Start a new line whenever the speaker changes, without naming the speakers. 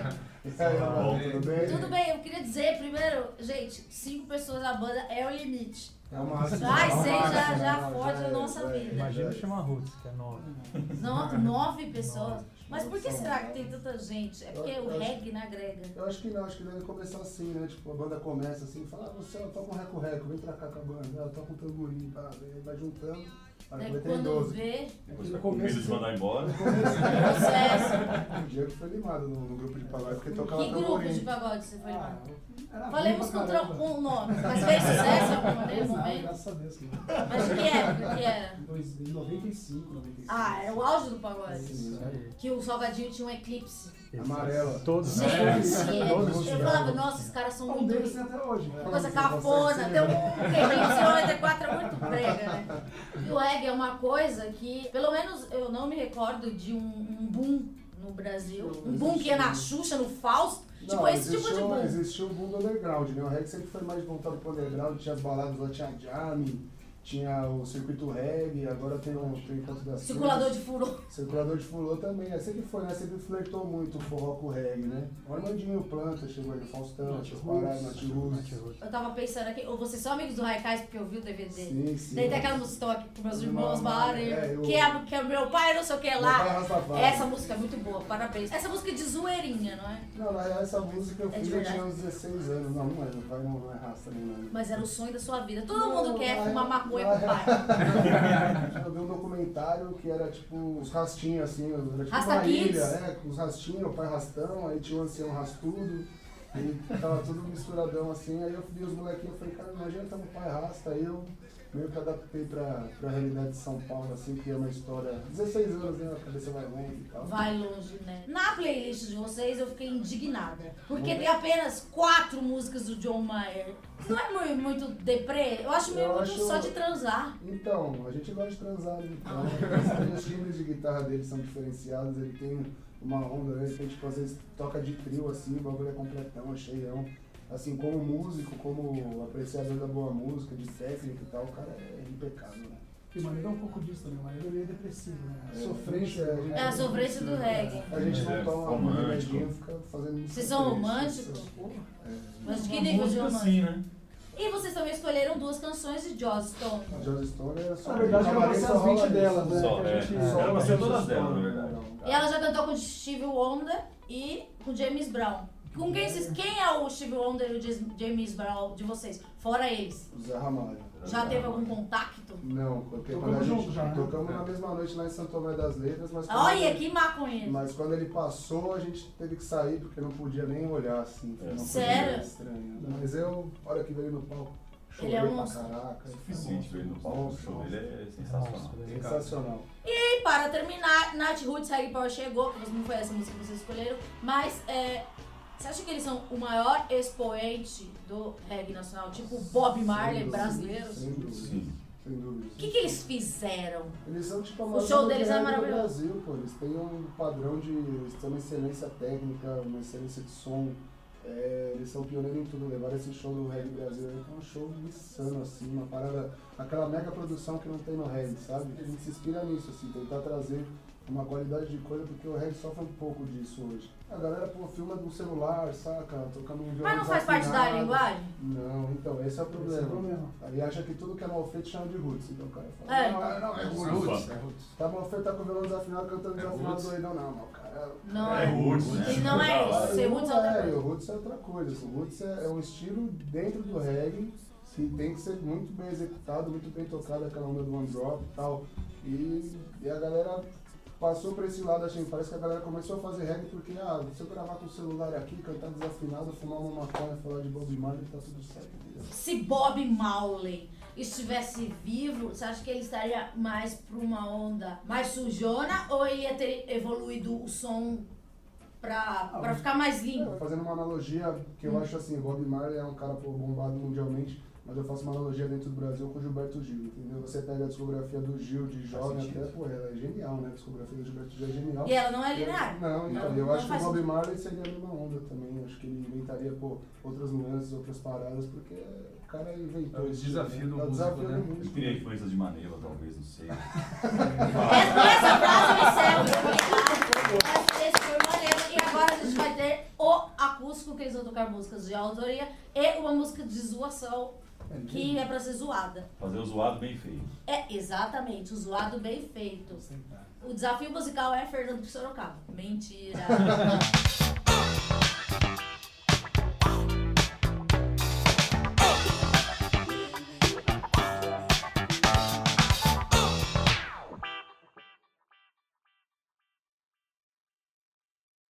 Aí, Ana, tudo bem?
Tudo bem, eu queria dizer primeiro, gente, cinco pessoas na banda é o limite.
É uma
Ai,
assim,
sei,
uma
já-
assim,
já
não,
fode a
é-
nossa
é-
vida.
Imagina chamar Ruth, que é nova.
No- nove pessoas. Mas por que
São
será que
nove.
tem tanta gente? É porque
Eu-
o
eu acho-
reggae na grega.
Eu acho que não, acho que deve começar assim, né? Tipo, a banda começa assim, fala, ah, você, eu toco um reco-reco, vem pra cá com a banda, eu toco um tamborim, pá, aí vai juntando, aí
Né?
vai ter
Quando
12.
vê, é um
Depois vai comer eles mandar embora.
processo.
O Diego foi limado no, no grupo de pagode, porque tocava
Que grupo de
tamborim.
pagode você foi lá?
Ah, Era
Falemos
ruim pra
com
caramba.
tro- um nome, mas fez sucesso em algum maneira, no
Exato,
momento.
graças a Deus. Né?
Mas de que época que era?
Em dois- em 95, 96.
Ah, era o auge do pagode.
Isso,
Isso
né?
aí. é
Que o Salgadinho tinha um eclipse.
Amarela.
Todos.
Gente,
Todos.
eu falava, nossa, esses caras são
Um
muito
deles tem até hoje. né?
Uma coisa
Você consegue
cafona,
ser-
tem um queijinho de 94 é muito brega, né? E o reggae é uma coisa que, pelo menos eu não me recordo de um, um boom no Brasil.
Não,
Um boom que é na
existiu.
Xuxa, no Fausto. tipo,
Não, um-
esse tipo de
existiu-
boom.
Existiu o boom do underground, né? O reggae sempre foi mais voltado pro underground, tinha as baladas lá, tinha a Jami, tinha o circuito reggae, agora tem o tem o encontro das
Circulador
Tribos.
de furor.
Circulador de fulô também, é, sempre foi, né? Sempre flertou muito o forró com o reggae, né? O Armandinho Planta chegou ali, o Faustão, Nath Pará, Nath Russo.
Eu tava pensando aqui, ou vocês são amigos do Raikais porque eu vi o DVD.
Sim, sim.
Daí tem aquela música que eu toco com meus irmãos,
Não,
Mari,
é, eu-
que, é, que é meu pai, não sei o que
Meu pai é
lá.
Rastafari.
Essa música é muito boa, parabéns. Essa música é de zoeirinha, não é?
Não, na real, essa música eu
É de
fiz, eu
verdade?
tinha uns 16 anos. Não, não é, meu pai não é raça nem nada.
Mas era o sonho da sua vida. Todo
Não,
mundo quer
mas-
fumar maconha com o pai.
Eu vi um documentário que era tipo os rastinhos assim, era tipo
Rasta
uma
Kids.
ilha, né? Com os rastinhos, o pai rastão, aí tinha o ancião rastudo, e tava tudo misturadão assim, aí eu vi os molequinhos e falei, cara, não adianta um pai rasta, aí eu meio que adaptei pra, pra realidade de São Paulo, assim, que é uma história. 16 anos, né? A cabeça vai longe e tal.
Vai longe, né? Na playlist de vocês eu fiquei indignada. Porque tem apenas quatro músicas do John Mayer. Não é mui- muito, deprê? Eu acho meio
Eu
muito
acho-
só de transar.
Então, a gente gosta de transar,
Ah.
então. Os timbres de guitarra dele são diferenciados, ele tem uma onda, né? Ele tem, tipo, às vezes toca de trio assim, o bagulho é completão, é cheião. Assim, como músico, como apreciador da boa música, de técnica e tal, o cara é impecável, né?
Porque maneira é um pouco disso também, maneira é meio depressivo, né?
A sofrência, a gente,
É a sofrência do reggae.
a gente
É,
não toma um
romântico.
remedinho, fica fazendo música.
Vocês são
triste,
românticos?
assim.
Mas de que
Uma
nível de
música
romântico?
assim, né?
E vocês também escolheram duas canções de Joss Stone.
A Joss Stone é só...
Na verdade,
o
era pra
camarim
ser
só
as 20
rola isso.
delas, né? que
Só,
a
é.
gente-
Era pra ser todas
Só-
delas, na verdade.
E ela já cantou com Steve Wonder e com James Brown. Com quem vocês. Quem é o Steve Wonder e o Jas- James Brown de vocês? Fora eles.
Zé Ramalho.
Já teve algum contato?
Não, porque
Tocamos
quando a gente
junto já, né?
tocamos
É.
na mesma noite lá em Santo Tomé das Letras, mas quando,
Olha que maconheiro.
mas quando ele passou, a gente teve que sair porque não podia nem olhar assim.
É.
não podia,
Sério?
era Estranho. né? Mas eu, a hora que veio no palco,
Ele
chorei
é um
pra
monstro.
caraca.
Suficiente pra ele no palco. O show dele é sensacional.
Sensacional.
E para terminar, Nath Roots, Harry Power chegou, porque não foi essa música que vocês escolheram, mas é, você acha que eles são o maior expoente do reggae nacional? Tipo o Bob Marley
Sem
brasileiro?
Sem dúvida.
Sim.
Sem
O
dúvida.
que, é que eles fizeram?
Eles são tipo a
O
maioria
show
do
deles é
rap do
maravilhoso.
Brasil, pô. Eles têm um padrão de. Eles têm uma excelência técnica, uma excelência de som. É, eles são pioneiros em tudo. Levaram esse show do reggae brasileiro que é um show insano, assim, uma parada. Aquela mega produção que não tem no reggae, sabe? A gente se inspira nisso, assim, tentar trazer uma qualidade de coisa, porque o reggae sofre um pouco disso hoje. A galera, pô, filma no celular, saca? Tocando um violão.
Mas não faz parte da
desafinado.
linguagem?
Não, então, esse é o
Esse é o
problema.
problema.
Aí acha que tudo que é mal feito chama de roots. Então o cara fala,
É.
não, é, não, é
Só-
roots.
só-
Tá mal feito, tá com o violão desafinado, cantando desafinado doidão, não, mas o cara...
Não
É roots, né?
E não é
Da hora.
isso. Ser roots é outra
é,
coisa.
o roots é outra coisa. assim, O roots é, é um estilo dentro do reggae que tem que ser muito bem executado, muito bem tocado, aquela onda do one drop e tal. E, e a galera passou pra esse lado, assim, parece que a galera começou a fazer reggae porque, ah, se eu gravar com o celular aqui, cantar desafinado, fumar uma maconha, falar de Bob Marley, tá tudo certo, entendeu?
Se Bob Marley estivesse vivo, você acha que ele estaria mais pra uma onda mais sujona ou ele ia ter evoluído o som pra, pra ficar mais
É,
limpo?
Fazendo uma analogia, que
Hum.
eu acho assim, o Bob Marley é um cara pô, bombado mundialmente, mas eu faço uma analogia dentro do Brasil com o Gilberto Gil, entendeu? Você pega a discografia do Gil de jovem até, pô, ela é genial, né? A discografia do Gilberto Gil é genial.
E ela não é linear.
Não, então,
Não,
eu
não
acho que
faz
o Bob Marley seria a mesma onda também, eu acho que ele inventaria, pô, outras nuances, outras paradas, porque o cara inventou.
É o
isso,
desafio do
É o
músico,
desafio
né?
do
Eu
músico.
queria influência de Maneva, talvez, não sei.
Essa, essa frase me serve, obrigado. Essa- Esse foi maneiro. E agora a gente vai ter o, a eles vão tocar músicas de autoria e uma música de zoação, que é pra ser zoada.
Fazer o zoado bem feio.
É exatamente, o zoado bem feito. O desafio musical é Fernando de Sorocaba. Mentira.